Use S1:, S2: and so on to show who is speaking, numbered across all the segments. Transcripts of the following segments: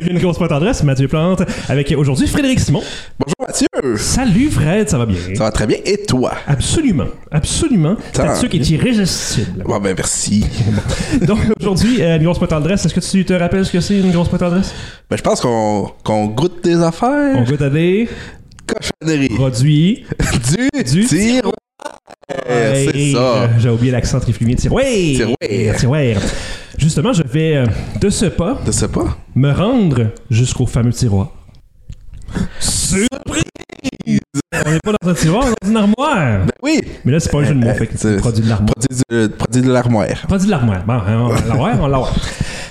S1: Une grosse pointe tendresse, Mathieu Plante, avec aujourd'hui Frédéric Simon.
S2: Bonjour Mathieu.
S1: Salut Fred, ça va bien?
S2: Ça va très bien. Et toi?
S1: Absolument, absolument.
S2: Ça va
S1: Statut qui est irrésistible.
S2: Bon ben merci.
S1: Donc aujourd'hui, euh, une grosse pointe tendresse, est-ce que tu te rappelles ce que c'est une grosse pointe tendresse?
S2: Ben je pense qu'on qu'on goûte des
S1: On
S2: affaires.
S1: goûte à des
S2: Cochonnerie.
S1: produits.
S2: Du,
S1: Du
S2: tiroir. C'est ça.
S1: Euh, J'ai oublié l'accent triflumier. Tiroir!
S2: Tiroir.
S1: Tiroir. Justement, je vais, euh, de ce pas,
S2: Je sais pas. Ben
S1: me rendre jusqu'au fameux tiroir. Surprise! On n'est pas dans un tiroir, on est dans une armoire!
S2: Ben oui.
S1: Mais là, c'est pas un jeu de mots, fait que c'est
S2: C'est-
S1: produit de l'armoire.
S2: Produit, du- produit de l'armoire.
S1: Produit de l'armoire. Bon, hein, on l'armoire, on l'armoire.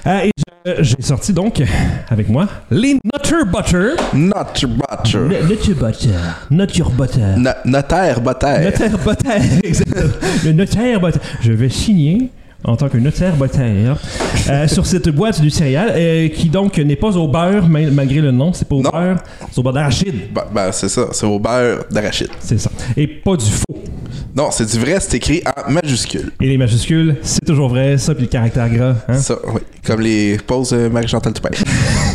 S1: Euh, et je- euh, j'ai sorti donc avec moi les Nutter Butter.
S2: Not your butcher.
S1: Nutter Butter. Nutter Butter.
S2: No- notaire butter.
S1: Notaire Butter, exactement. Le notaire Butter. Je vais signer en tant que notaire Butter euh, sur cette boîte du céréal euh, qui donc n'est pas au beurre, mais- malgré le nom, c'est pas au
S2: Non.
S1: beurre, c'est au beurre d'arachide.
S2: Ben, ben, c'est ça. C'est au beurre d'arachide.
S1: C'est ça. Et pas du faux.
S2: Non, c'est du vrai. C'est écrit en majuscule.
S1: Et les majuscules, c'est toujours vrai, ça, puis le caractère gras. Hein?
S2: Ça, oui. Comme les pauses euh, Marie-Chantal Toupin.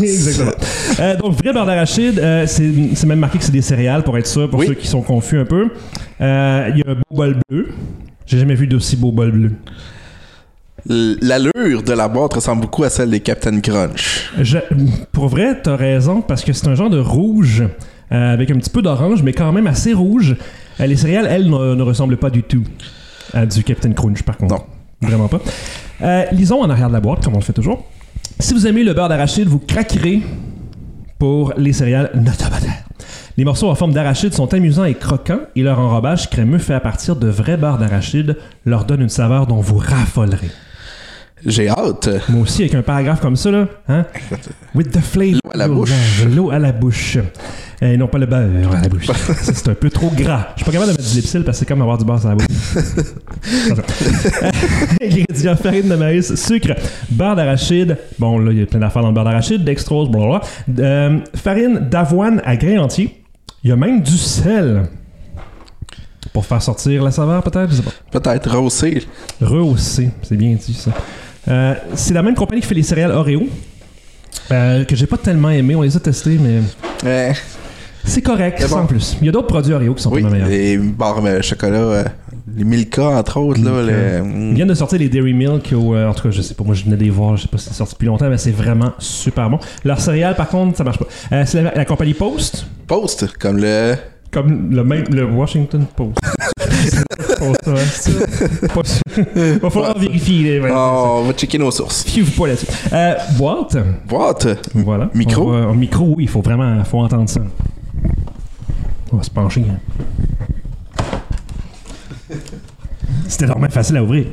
S1: Exactement. Euh, donc, vrai beurre d'arachide, euh, c'est c'est même marqué que c'est des céréales, pour être sûr, pour
S2: Oui.
S1: ceux qui sont confus un peu. Euh, Il y a un beau bol bleu. J'ai jamais vu d'aussi beau bol bleu.
S2: L- L'allure de la boîte ressemble beaucoup à celle des Captain Crunch.
S1: Je- pour vrai, t'as raison, parce que c'est un genre de rouge, euh, avec un petit peu d'orange, mais quand même assez rouge. Euh, les céréales, elles, ne, ne ressemblent pas du tout à du Captain Crunch, par contre.
S2: Non.
S1: Vraiment pas. Euh, lisons en arrière de la boîte, comme on le fait toujours. Si vous aimez le beurre d'arachide, vous craquerez pour les céréales Notre Butter. Les morceaux en forme d'arachide sont amusants et croquants, et leur enrobage crémeux fait à partir de vrais beurres d'arachide leur donne une saveur dont vous raffolerez.
S2: J'ai hâte.
S1: Moi aussi, avec un paragraphe comme ça, là, hein? With the flavor.
S2: L'eau à la bouche.
S1: L'eau à la bouche. Et non, pas le beurre à la bouche. Ça, c'est un peu trop gras. Je suis pas capable de mettre du lipsil parce que c'est comme avoir du beurre sur la bouche. Ingrédients farine de maïs, sucre, beurre d'arachide. Bon, là, il y a plein d'affaires dans le beurre d'arachide, dextrose, blablabla. Euh, farine d'avoine à grain entier. Il y a même du sel. Pour faire sortir la saveur, peut-être, je sais pas.
S2: Peut-être rehaussé.
S1: Rehaussé, c'est bien dit ça. Euh, c'est la même compagnie qui fait les céréales Oreo, euh, que j'ai pas tellement aimé. On les a testés, mais
S2: Ouais.
S1: c'est correct,
S2: C'est bon.
S1: sans plus. Il y a d'autres produits Oreo qui sont
S2: Oui,
S1: pas meilleurs.
S2: les barres de chocolat, euh, les Milka, entre autres. Là, le- mm,
S1: Ils viennent de sortir les Dairy Milk, ou, euh, en tout cas, je sais pas, moi je venais de les voir, je sais pas si c'est sorti plus longtemps, mais c'est vraiment super bon. Leurs céréales, par contre, ça marche pas. Euh, c'est la, la compagnie Post,
S2: Post, comme le.
S1: comme le même, le Washington Post. Post, ouais, c'est ça. Pas sûr. Va falloir vérifier. ouais,
S2: Oh, on va checker nos sources.
S1: Fiez-vous pas là-dessus. Euh, boîte.
S2: Boîte.
S1: Voilà.
S2: Micro?
S1: On va- en micro, oui, il faut vraiment faut entendre ça. On va se pencher. hein. C'était normal facile à ouvrir.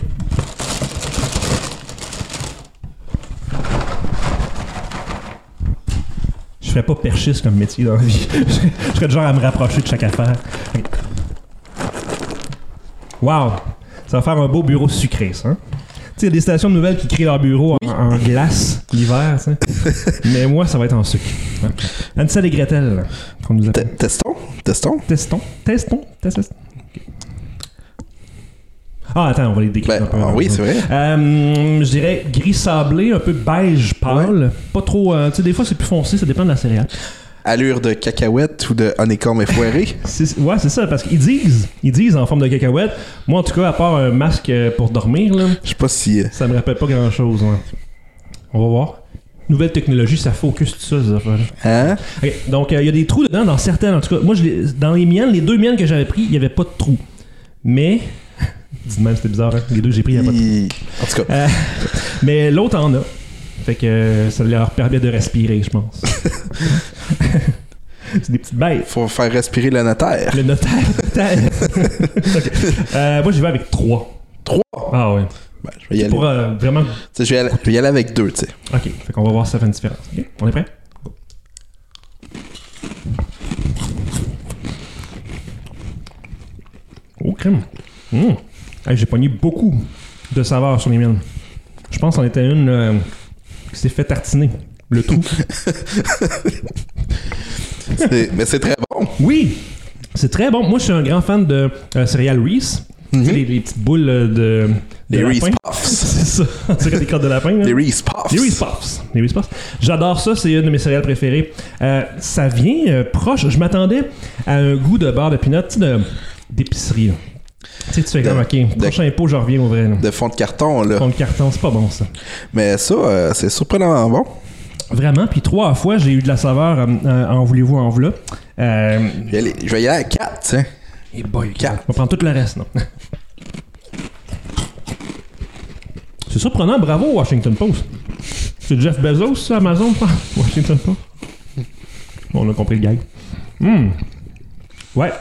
S1: Je ferais pas perchiste comme métier dans la vie. Je- Je serais du genre à me rapprocher de chaque affaire. Wow! Ça va faire un beau bureau sucré, ça. hein? Tu sais, il y a des stations de nouvelles qui créent leur bureau en, en glace l'hiver, tu sais. Mais moi, ça va être en sucre. Ouais. Ansel et Gretel, qu'on nous
S2: Te-
S1: appelle.
S2: Testons. Testons.
S1: Testons. Testons. Test, test. Ok. Ah, attends, on va les décrire
S2: Ben,
S1: un peu.
S2: ah oui, c'est vrai.
S1: Euh, je dirais gris sablé, un peu beige pâle. Pas trop. euh, tu sais, des fois, c'est plus foncé, ça dépend de la céréale.
S2: Allure de cacahuète ou de honeycomb effoiré.
S1: C'est- ouais, c'est ça, parce qu'ils disent, ils disent en forme de cacahuète. Moi, en tout cas, à part un masque euh, pour dormir, là,
S2: Je sais pas si. euh,
S1: ça me rappelle pas grand chose. On va voir. Nouvelle technologie, ça focus tout ça, ces affaires-là.
S2: Hein?
S1: Ok, donc euh, il y a des trous dedans, dans certaines en tout cas. Moi, je l'ai- dans les miennes, les deux miennes que j'avais pris, il n'y avait pas de trous. Mais. Dites-moi, c'était bizarre, hein? les deux que j'ai pris, il n'y avait pas de
S2: Il- En tout cas,
S1: euh, mais l'autre en a. Fait que euh, ça leur permet de respirer, je pense. C'est des petites bêtes.
S2: faut faire respirer le notaire.
S1: Le notaire. notaire. Ok. Euh, moi, j'y vais avec trois.
S2: Trois.
S1: Ah ouais.
S2: Ben, je vais y aller.
S1: Pour euh, vraiment.
S2: Tu sais, Je vais y aller- je vais y aller avec deux, tu sais.
S1: Ok. Fait qu'on va voir si ça fait une différence. Ok, On est prêt? Oh, crème. Mmh. Hey, J'ai pogné beaucoup de saveurs sur les miennes. Je pense qu'on était une euh, qui s'est fait tartiner. Le tout.
S2: C'est- Mais c'est très bon.
S1: Oui, c'est très bon. Moi, je suis un grand fan de euh, céréales Reese. Tu sais, Les, les petites boules euh, de. de
S2: Mhm. Les
S1: lapin.
S2: Reese Puffs. Puffs.
S1: C'est ça. C'est quand des crottes de lapin. là.
S2: Des Reese Puffs.
S1: Les Reese Puffs. Les Reese Puffs. J'adore ça, c'est une de mes céréales préférées. Euh, ça vient euh, proche. Je m'attendais à un goût de beurre de peanut, tu sais, de- d'épicerie. là. Tu sais, tu fais comme,
S2: De-
S1: ok,
S2: de-
S1: prochain pot, je reviens au vrai. là.
S2: De fond de carton, là.
S1: Fond de carton, c'est pas bon ça.
S2: Mais ça, euh, c'est surprenamment bon.
S1: Vraiment, puis trois fois, j'ai eu de la saveur euh, euh, en voulez-vous, en voilà. Euh,
S2: Je vais, aller- je vais y aller à 4, tu sais.
S1: et boy,
S2: Quatre.
S1: on prend tout le reste, non? C'est surprenant, bravo Washington Post. C'est Jeff Bezos, ça, Amazon, ça? Washington Post. Bon, on a compris le gag. Hmm. Ouais.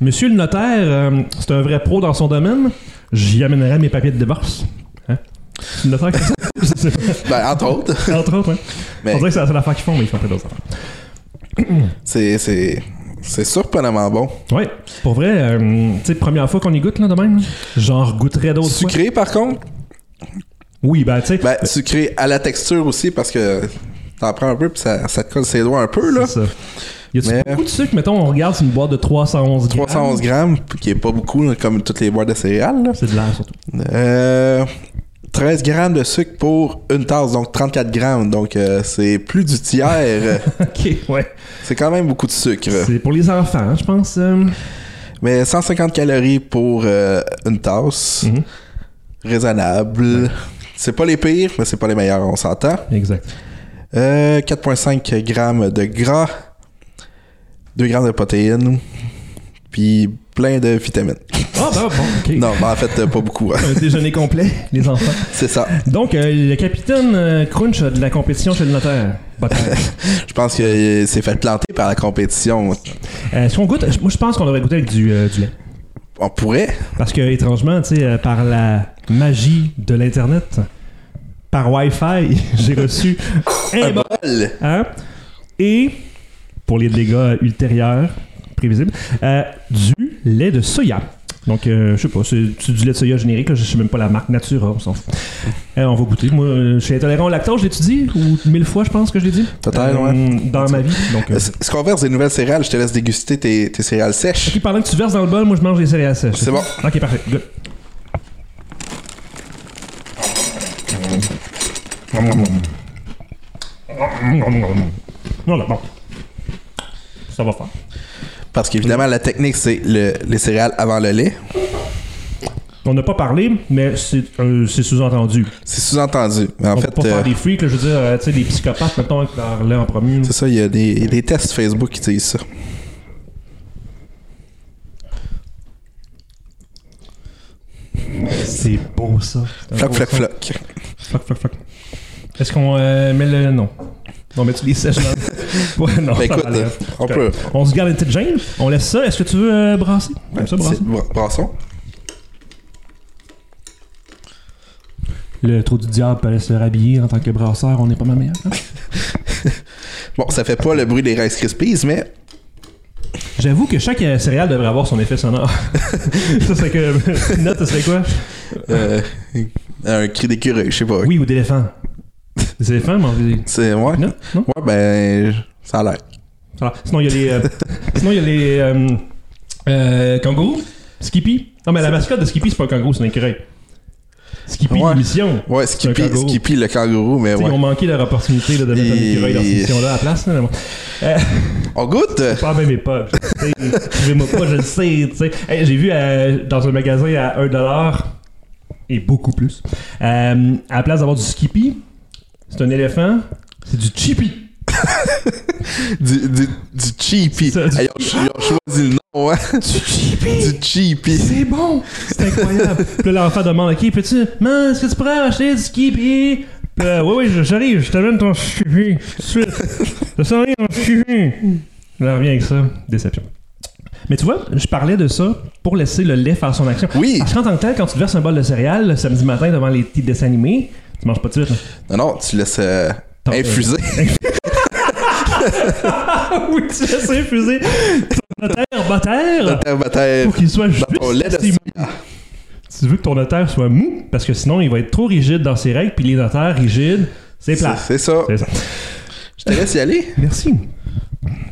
S1: Monsieur le notaire, euh, c'est un vrai pro dans son domaine. J'y amènerai mes papiers de divorce. Hein? C'est Le notaire, qui fait ça? Je sais pas.
S2: Ben, entre autres.
S1: Entre autres, hein.
S2: Mais-
S1: On dirait que c'est la seule affaire qu'ils font, mais ils font pas d'autres
S2: C'est, c'est, c'est surprenamment bon.
S1: Ouais, pour vrai, euh, tu sais, première fois qu'on y goûte, là, de même. Genre, goûterait d'autres fois.
S2: Sucré, par contre.
S1: Oui, ben, tu sais,
S2: Ben, sucré à la texture aussi, parce que t'en prends un peu, puis ça, ça te colle ses doigts un peu, là.
S1: c'est ça. Y a-tu
S2: Mais-
S1: beaucoup de sucre? Mettons, on regarde, c'est une boîte de 311 grammes.
S2: 311 grammes, qui est pas beaucoup, là, comme toutes les boîtes de céréales, là.
S1: C'est de l'air, surtout.
S2: Euh, 13 grammes de sucre pour une tasse, donc 34 grammes. Donc, euh, c'est plus du tiers.
S1: OK, ouais.
S2: c'est quand même beaucoup de sucre.
S1: C'est pour les enfants, hein, je pense. euh.
S2: Mais 150 calories pour euh, une tasse.
S1: Mhm.
S2: Raisonnable. C'est pas les pires, mais c'est pas les meilleurs, on s'entend.
S1: Exact.
S2: Euh, 4,5 grammes de gras. 2 grammes de protéines. Puis plein de vitamines.
S1: Ah, ben, bon, OK.
S2: Non, mais en fait, euh, pas beaucoup. hein.
S1: Un déjeuner complet, les enfants.
S2: C'est ça.
S1: Donc, euh, le capitaine euh, Crunch a de la compétition chez le notaire. Pas de tête.
S2: Je pense que euh, c'est fait planter par la compétition.
S1: Euh, Est-ce qu'on goûte? Moi, je pense qu'on devrait goûter avec du, euh, du lait.
S2: On pourrait.
S1: Parce que, étrangement, tu sais, euh, par la magie de l'Internet, par Wi-Fi, j'ai reçu un bon.
S2: Bol.
S1: hein, et, pour les dégâts ultérieurs, prévisibles, euh, du lait de soya. Donc, euh, je sais pas, c'est c'est du lait de soya générique, là, je sais même pas la marque Natura, on s'en fout. Euh, on va goûter. Moi, euh, je suis intolérant au lactose, je l'ai-tu dit Ou mille fois, je pense que je l'ai dit
S2: Peut-être, ouais.
S1: Dans ma vie. Donc, euh,
S2: Euh, Ce qu'on verse des nouvelles céréales, je te laisse déguster tes, tes céréales sèches.
S1: Ok, pendant que tu verses dans le bol, moi je mange les céréales sèches.
S2: C'est bon.
S1: Ok, parfait. Good. Voilà, bon. Ça va faire.
S2: Parce qu'évidemment, la technique, c'est le- les céréales avant le lait.
S1: On n'a pas parlé, mais c'est euh, c'est sous-entendu.
S2: C'est sous-entendu. Mais en
S1: On peut
S2: fait,
S1: pas
S2: euh,
S1: faire des freaks, là, je veux dire, euh, tu sais, des psychopathes, mettons, avec leur lait en premier. là.
S2: c'est ça, il y a des, des tests Facebook qui disent ça.
S1: C'est beau ça. C'est un
S2: Floc,
S1: beau
S2: floc,
S1: son.
S2: floc.
S1: Fuck, fuck, fuck. Est-ce qu'on euh, met le nom? On met tu les sèches dans Ouais, non, Ah, ça
S2: Ben
S1: va
S2: écoute,
S1: aller. hein.
S2: euh, on peut.
S1: On se garde une petite gêne. On laisse ça. Est-ce que tu veux euh, brasser? Comme ça, brasser.
S2: C'est- bra- Brassons.
S1: Le trou du diable peut aller se rhabiller en tant que brasseur. On n'est pas ma meilleure. hein?
S2: Bon, ça fait pas le bruit des Rice Krispies, mais
S1: J'avoue que chaque euh, céréale devrait avoir son effet sonore. ça serait que. Note, ça serait quoi?
S2: euh, un cri d'écureuil, je sais pas.
S1: Oui, ou d'éléphant. Des éléphants, mais on dit-
S2: C'est ouais.
S1: Non? Non?
S2: Ouais, ben ça a l'air.
S1: Alors, sinon, il y a les. euh, sinon, il y a les. euh, euh, kangourous. Skippy. Non, mais la mascotte de Skippy, c'est pas un kangourou, c'est un écureuil. Skippy,
S2: Ouais.
S1: l'émission.
S2: Ouais,
S1: C'est un
S2: Skippy,
S1: kangourou.
S2: Skippy le kangourou, mais
S1: Tu sais, Ils ont
S2: ouais.
S1: manqué leur opportunité là, de mettre un
S2: Et-
S1: écureuil dans cette émission-là à la place. là, mais bon. Euh,
S2: On goûte? euh,
S1: pas à la même époque. tu sais. Suivez-moi pas, je le sais. tu sais. Hey, J'ai vu euh, dans un magasin à 1$ et beaucoup plus. euh, à la place d'avoir du Skippy, c'est un éléphant, c'est du Chippy.
S2: Du, du, du
S1: C'est
S2: Cheapy.
S1: ça, du-
S2: Hey, ils, ont, cho- ils ont choisi le nom, hein?
S1: Du Chippy!
S2: Du Cheapy.
S1: C'est bon! C'est incroyable! Puis là, l'enfant demande, OK, peux-tu... Man, est-ce que tu pourrais acheter du Skippy? Puis là, oui, oui, je- j'arrive, je t'amène ton Skippy. tout de suite. Je t'amène ton Skippy. Là, reviens avec ça. Déception. Mais tu vois, je parlais de ça pour laisser le lait faire son action.
S2: Oui.
S1: Parce qu'en tant que tel, quand tu te verses un bol de céréales le samedi matin devant les petits dessins animés, tu manges pas de suite. là.
S2: Non, non, tu laisses euh,
S1: Tant-
S2: infuser.
S1: Ah oui, tu laisses infuser ton notaire bataire
S2: Terre, ma terre.
S1: pour qu'il soit juste
S2: ton lait de
S1: assez mou. Tu veux que ton notaire soit mou, parce que sinon, il va être trop rigide dans ses règles, puis les notaires rigides, c'est plat.
S2: C'est c'est ça.
S1: C'est ça.
S2: Je te laisse y aller.
S1: Merci.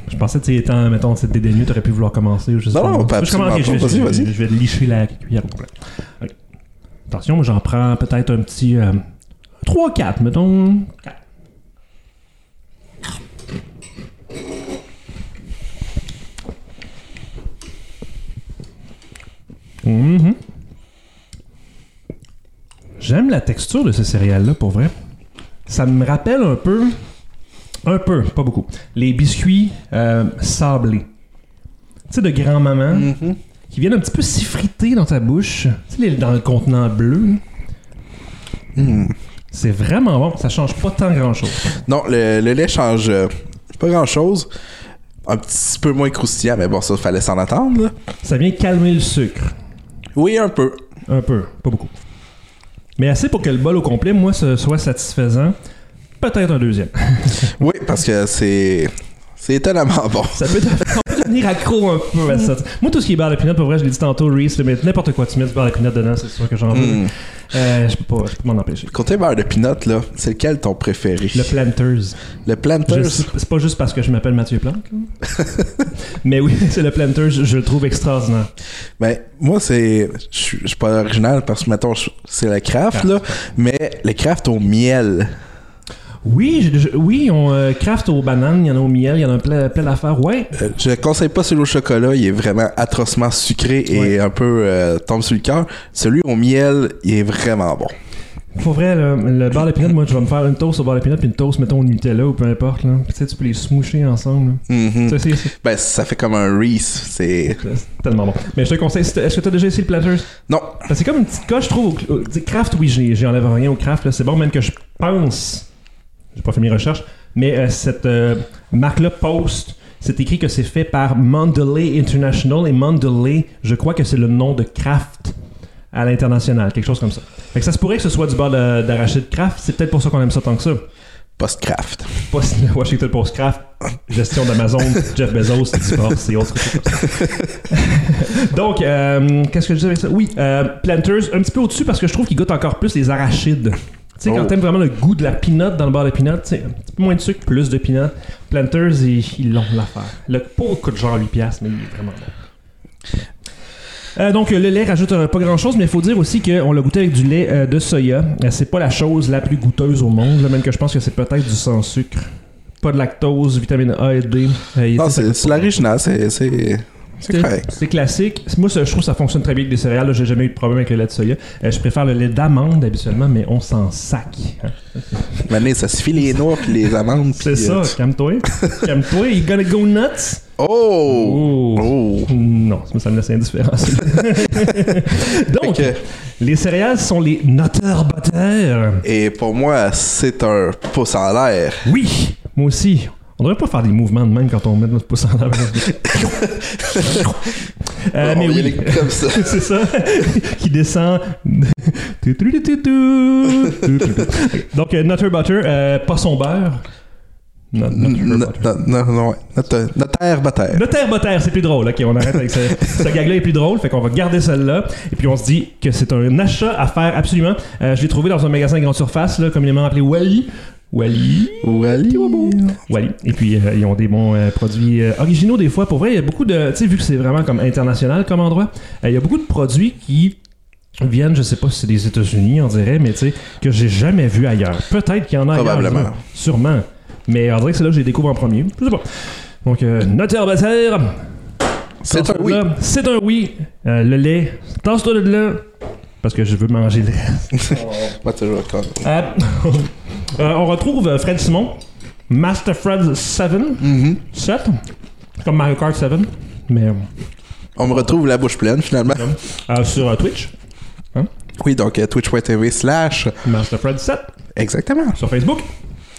S1: Je pensais, tu sais, étant, mettons, tu sais, dédaigneux, t'aurais pu vouloir commencer. ou Je sais
S2: Non, non,
S1: moi.
S2: pas
S1: Je commence,
S2: absolument
S1: ok, je vais-
S2: pas. Vas-y,
S1: je vais-
S2: vas-y.
S1: Je vais licher la cuillère au complet. Ok. Attention, moi j'en prends peut-être un petit. 3-4, mettons. Quatre. Mhm. J'aime la texture de ce céréal-là, pour vrai. Ça me rappelle un peu, un peu, pas beaucoup, les biscuits euh, sablés. Tu sais, de grand-maman,
S2: Mhm.
S1: qui viennent un petit peu s'effriter dans ta bouche. Tu sais, les- dans le contenant bleu. là.
S2: Mm.
S1: C'est vraiment bon. Ça change pas tant grand-chose.
S2: Non, le, le lait change euh, pas grand chose. Un petit peu moins croustillant, mais bon, ça, fallait s'en attendre. là.
S1: Ça vient calmer le sucre.
S2: Oui, un peu.
S1: Un peu, pas beaucoup. Mais assez pour que le bol au complet, moi, ce soit satisfaisant. Peut-être un deuxième.
S2: Oui, parce que c'est. C'est étonnamment bon.
S1: Ça peut on peut devenir accro un peu à ça. Moi, tout ce qui est barre de pinot, pour vrai, je l'ai dit tantôt, Reese, mais n'importe quoi, tu mets du barre de pinot dedans, c'est sûr que j'en veux.
S2: Mm.
S1: Euh, je peux pas, je peux m'en empêcher.
S2: Côté beurre de pinot, là, c'est lequel ton préféré?
S1: Le Planters. Je-
S2: Le planters?
S1: C'est pas juste parce que je m'appelle Mathieu Planck. là. mais oui, c'est le Planters, je, je le trouve extraordinaire.
S2: Ben, moi, c'est. Je suis je suis pas original parce que, mettons, je- c'est le
S1: Kraft.
S2: craft, là. Mais le craft au miel.
S1: Oui, j'ai déjà- oui, on euh, craft aux bananes, il y en a au miel, il y en a plein, plein d'affaires. Ouais,
S2: Euh, je le conseille pas celui au chocolat, il est vraiment atrocement sucré et
S1: Ouais.
S2: un peu euh, tombe sur le cœur. Celui au miel, il est vraiment bon.
S1: Pour vrai, le, le bar de peanut, moi, je vais me faire une toast au bar de peanut puis une toast, mettons, au Nutella ou peu importe. Là. Puis, Tu sais, tu peux les smoucher ensemble. là.
S2: Mhm.
S1: Ça, c'est- c'est-
S2: Ben, ça fait comme un Reese. C'est.
S1: c'est tellement bon. Mais je te conseille, si t'as- est-ce que tu as déjà essayé le platter?
S2: Non,
S1: Parce que c'est comme une petite coche, je trouve. au- au- tu sais, craft, oui, j'ai- j'enlève rien au craft. là. C'est bon, même que je pense, j'ai pas fait mes recherches, mais euh, cette euh, marque-là, Post, c'est écrit que c'est fait par Mandalay International et Mandalay, je crois que c'est le nom de craft à l'international, quelque chose comme ça. Fait que ça se pourrait que ce soit du bar de- d'arachide craft, c'est peut-être pour ça qu'on aime ça tant que ça.
S2: post-craft.
S1: Pas si- Washington Post Craft, gestion d'Amazon, Jeff Bezos, sport, et autres trucs comme ça. Donc, euh, qu'est-ce que je disais avec ça? Oui, euh, Planters, un petit peu au-dessus parce que je trouve qu'il goûte encore plus les arachides. Tu sais, quand
S2: Oh.
S1: t'aimes vraiment le goût de la peanut dans le bar de peanut, tu sais, un petit peu moins de sucre, plus de peanut. Planters, ils ils l'ont l'affaire. Le pot coûte genre 8$, piastres, mais il est vraiment bon. Euh, donc, le lait rajoute euh, pas grand chose, mais il faut dire aussi qu'on l'a goûté avec du lait euh, de soya. Euh, c'est pas la chose la plus goûteuse au monde, là, même que je pense que c'est peut-être du sans sucre. Pas de lactose, vitamine A et D. Euh, il-
S2: Non,
S1: ça
S2: c'est
S1: coûte
S2: c'est
S1: pas.
S2: l'original, c'est. c'est- C'est
S1: C'est
S2: correct.
S1: c'est classique. Moi, ça, je trouve que ça fonctionne très bien avec des céréales. là. J'ai jamais eu de problème avec le lait de soya. Euh, je préfère le lait d'amande habituellement, mais on s'en sac. hein.
S2: Maintenant, ça suffit les noix puis les amandes. puis,
S1: C'est ça,
S2: euh,
S1: calme-toi. calme-toi, you gonna go nuts.
S2: Oh! Oh!
S1: Non, ça me- ça me laisse indifférent. ça. Donc,
S2: Fait que-
S1: les céréales sont les noteurs batteurs.
S2: Et pour moi, c'est un pouce en l'air.
S1: Oui, moi aussi. On devrait pas faire des mouvements de même quand on met notre pouce en l'air. Euh,
S2: Oh, On
S1: mais
S2: y
S1: oui.
S2: allait comme ça.
S1: c'est ça, qui descend. Donc, euh, Nutter Butter, euh, pas son beurre. Not- Nutter
S2: Non,
S1: Butter.
S2: non, non, non, ouais. Notre, notre air bataille.
S1: Notaire Botaire, c'est plus drôle. Ok, on arrête avec ce, ce gag-là, est plus drôle. Fait qu'on va garder celle-là. Et puis on se dit que c'est un achat à faire absolument. Euh, je l'ai trouvé dans un magasin de grande surface, là, communément appelé Wally. Wally.
S2: Wally.
S1: Wally. Et puis euh, ils ont des bons euh, produits euh, originaux des fois. Pour vrai, il y a beaucoup de. Tu sais, vu que c'est vraiment comme international comme endroit, euh, il y a beaucoup de produits qui viennent, je sais pas si c'est des États-Unis, on dirait, mais tu sais, que j'ai jamais vu ailleurs. Peut-être qu'il y en a ailleurs,
S2: Probablement.
S1: là. Sûrement. Mais on dirait que c'est là que je les découvre en premier. Je sais pas. Donc, euh, Notaire Botaire.
S2: C'est un
S1: Tasse-toi
S2: oui.
S1: de là. C'est un oui. Euh, le lait, tasse-toi de là. Parce que je veux manger le lait.
S2: Moi, toujours comme-
S1: Euh, euh, on retrouve euh, Fred Simon, Master Fred 7,
S2: Mhm.
S1: 7, comme Mario Kart 7, mais
S2: On me retrouve la bouche pleine, finalement.
S1: euh, sur euh, Twitch,
S2: Oui, donc euh, twitch.tv slash.
S1: Master Fred 7,
S2: Exactement.
S1: sur Facebook,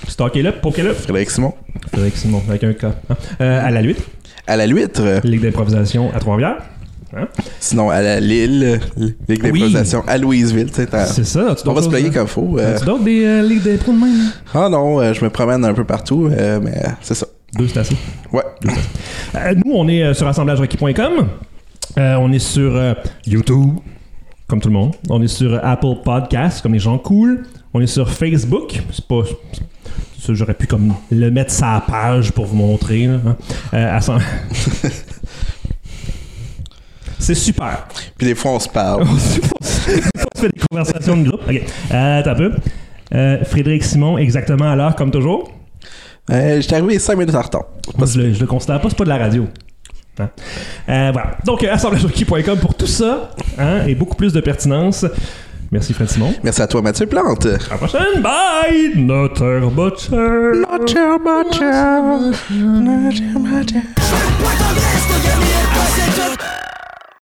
S1: stockez-le, pokez-le,
S2: Frédéric Simon.
S1: Frédéric Simon, avec un K. hein. Euh, à la Lutte,
S2: À la Luître.
S1: Ligue d'improvisation à Trois-Rivières. hein.
S2: Sinon, à la Lille. Ligue
S1: Oui.
S2: d'improvisation. À Louisville. tu sais, t'as-
S1: C'est ça, as-tu
S2: Ah. On
S1: d'autres
S2: va se
S1: choses,
S2: player
S1: hein?
S2: comme faut. euh.
S1: As-tu d'autres des euh, Ligues d'impro de même?
S2: Ah non, euh, je me promène un peu partout, euh, mais euh, c'est ça.
S1: Deux, c'est assez.
S2: Ouais.
S1: Euh, nous, on est euh, sur assemblagerequis.com. Euh, on est sur euh, YouTube, comme tout le monde. On est sur euh, Apple Podcasts, comme les gens cool. On est sur Facebook. C'est pas. c'est- c'est- J'aurais pu comme le mettre sur la page pour vous montrer. là, hein. Euh, Assemb- C'est super.
S2: Puis des fois, on se parle.
S1: On se- on se- on tu fais des conversations de groupe. OK. Euh, attends un peu. Euh, Frédéric Simon, exactement à l'heure, comme toujours.
S2: Euh, J'étais arrivé 5 minutes en retard.
S1: Moi, je, le, je le considère pas, c'est pas de la radio. Hein? Euh, voilà. Donc, euh, assemblagehockey.com pour tout ça hein, et beaucoup plus de pertinence. Merci, Fred Simon.
S2: Merci à toi, Mathieu Plante.
S1: À la prochaine. Bye! Notre butcher.
S2: Mathieu, Mathieu, Mathieu, Mathieu.
S3: Puerto Rico, yeah, yeah.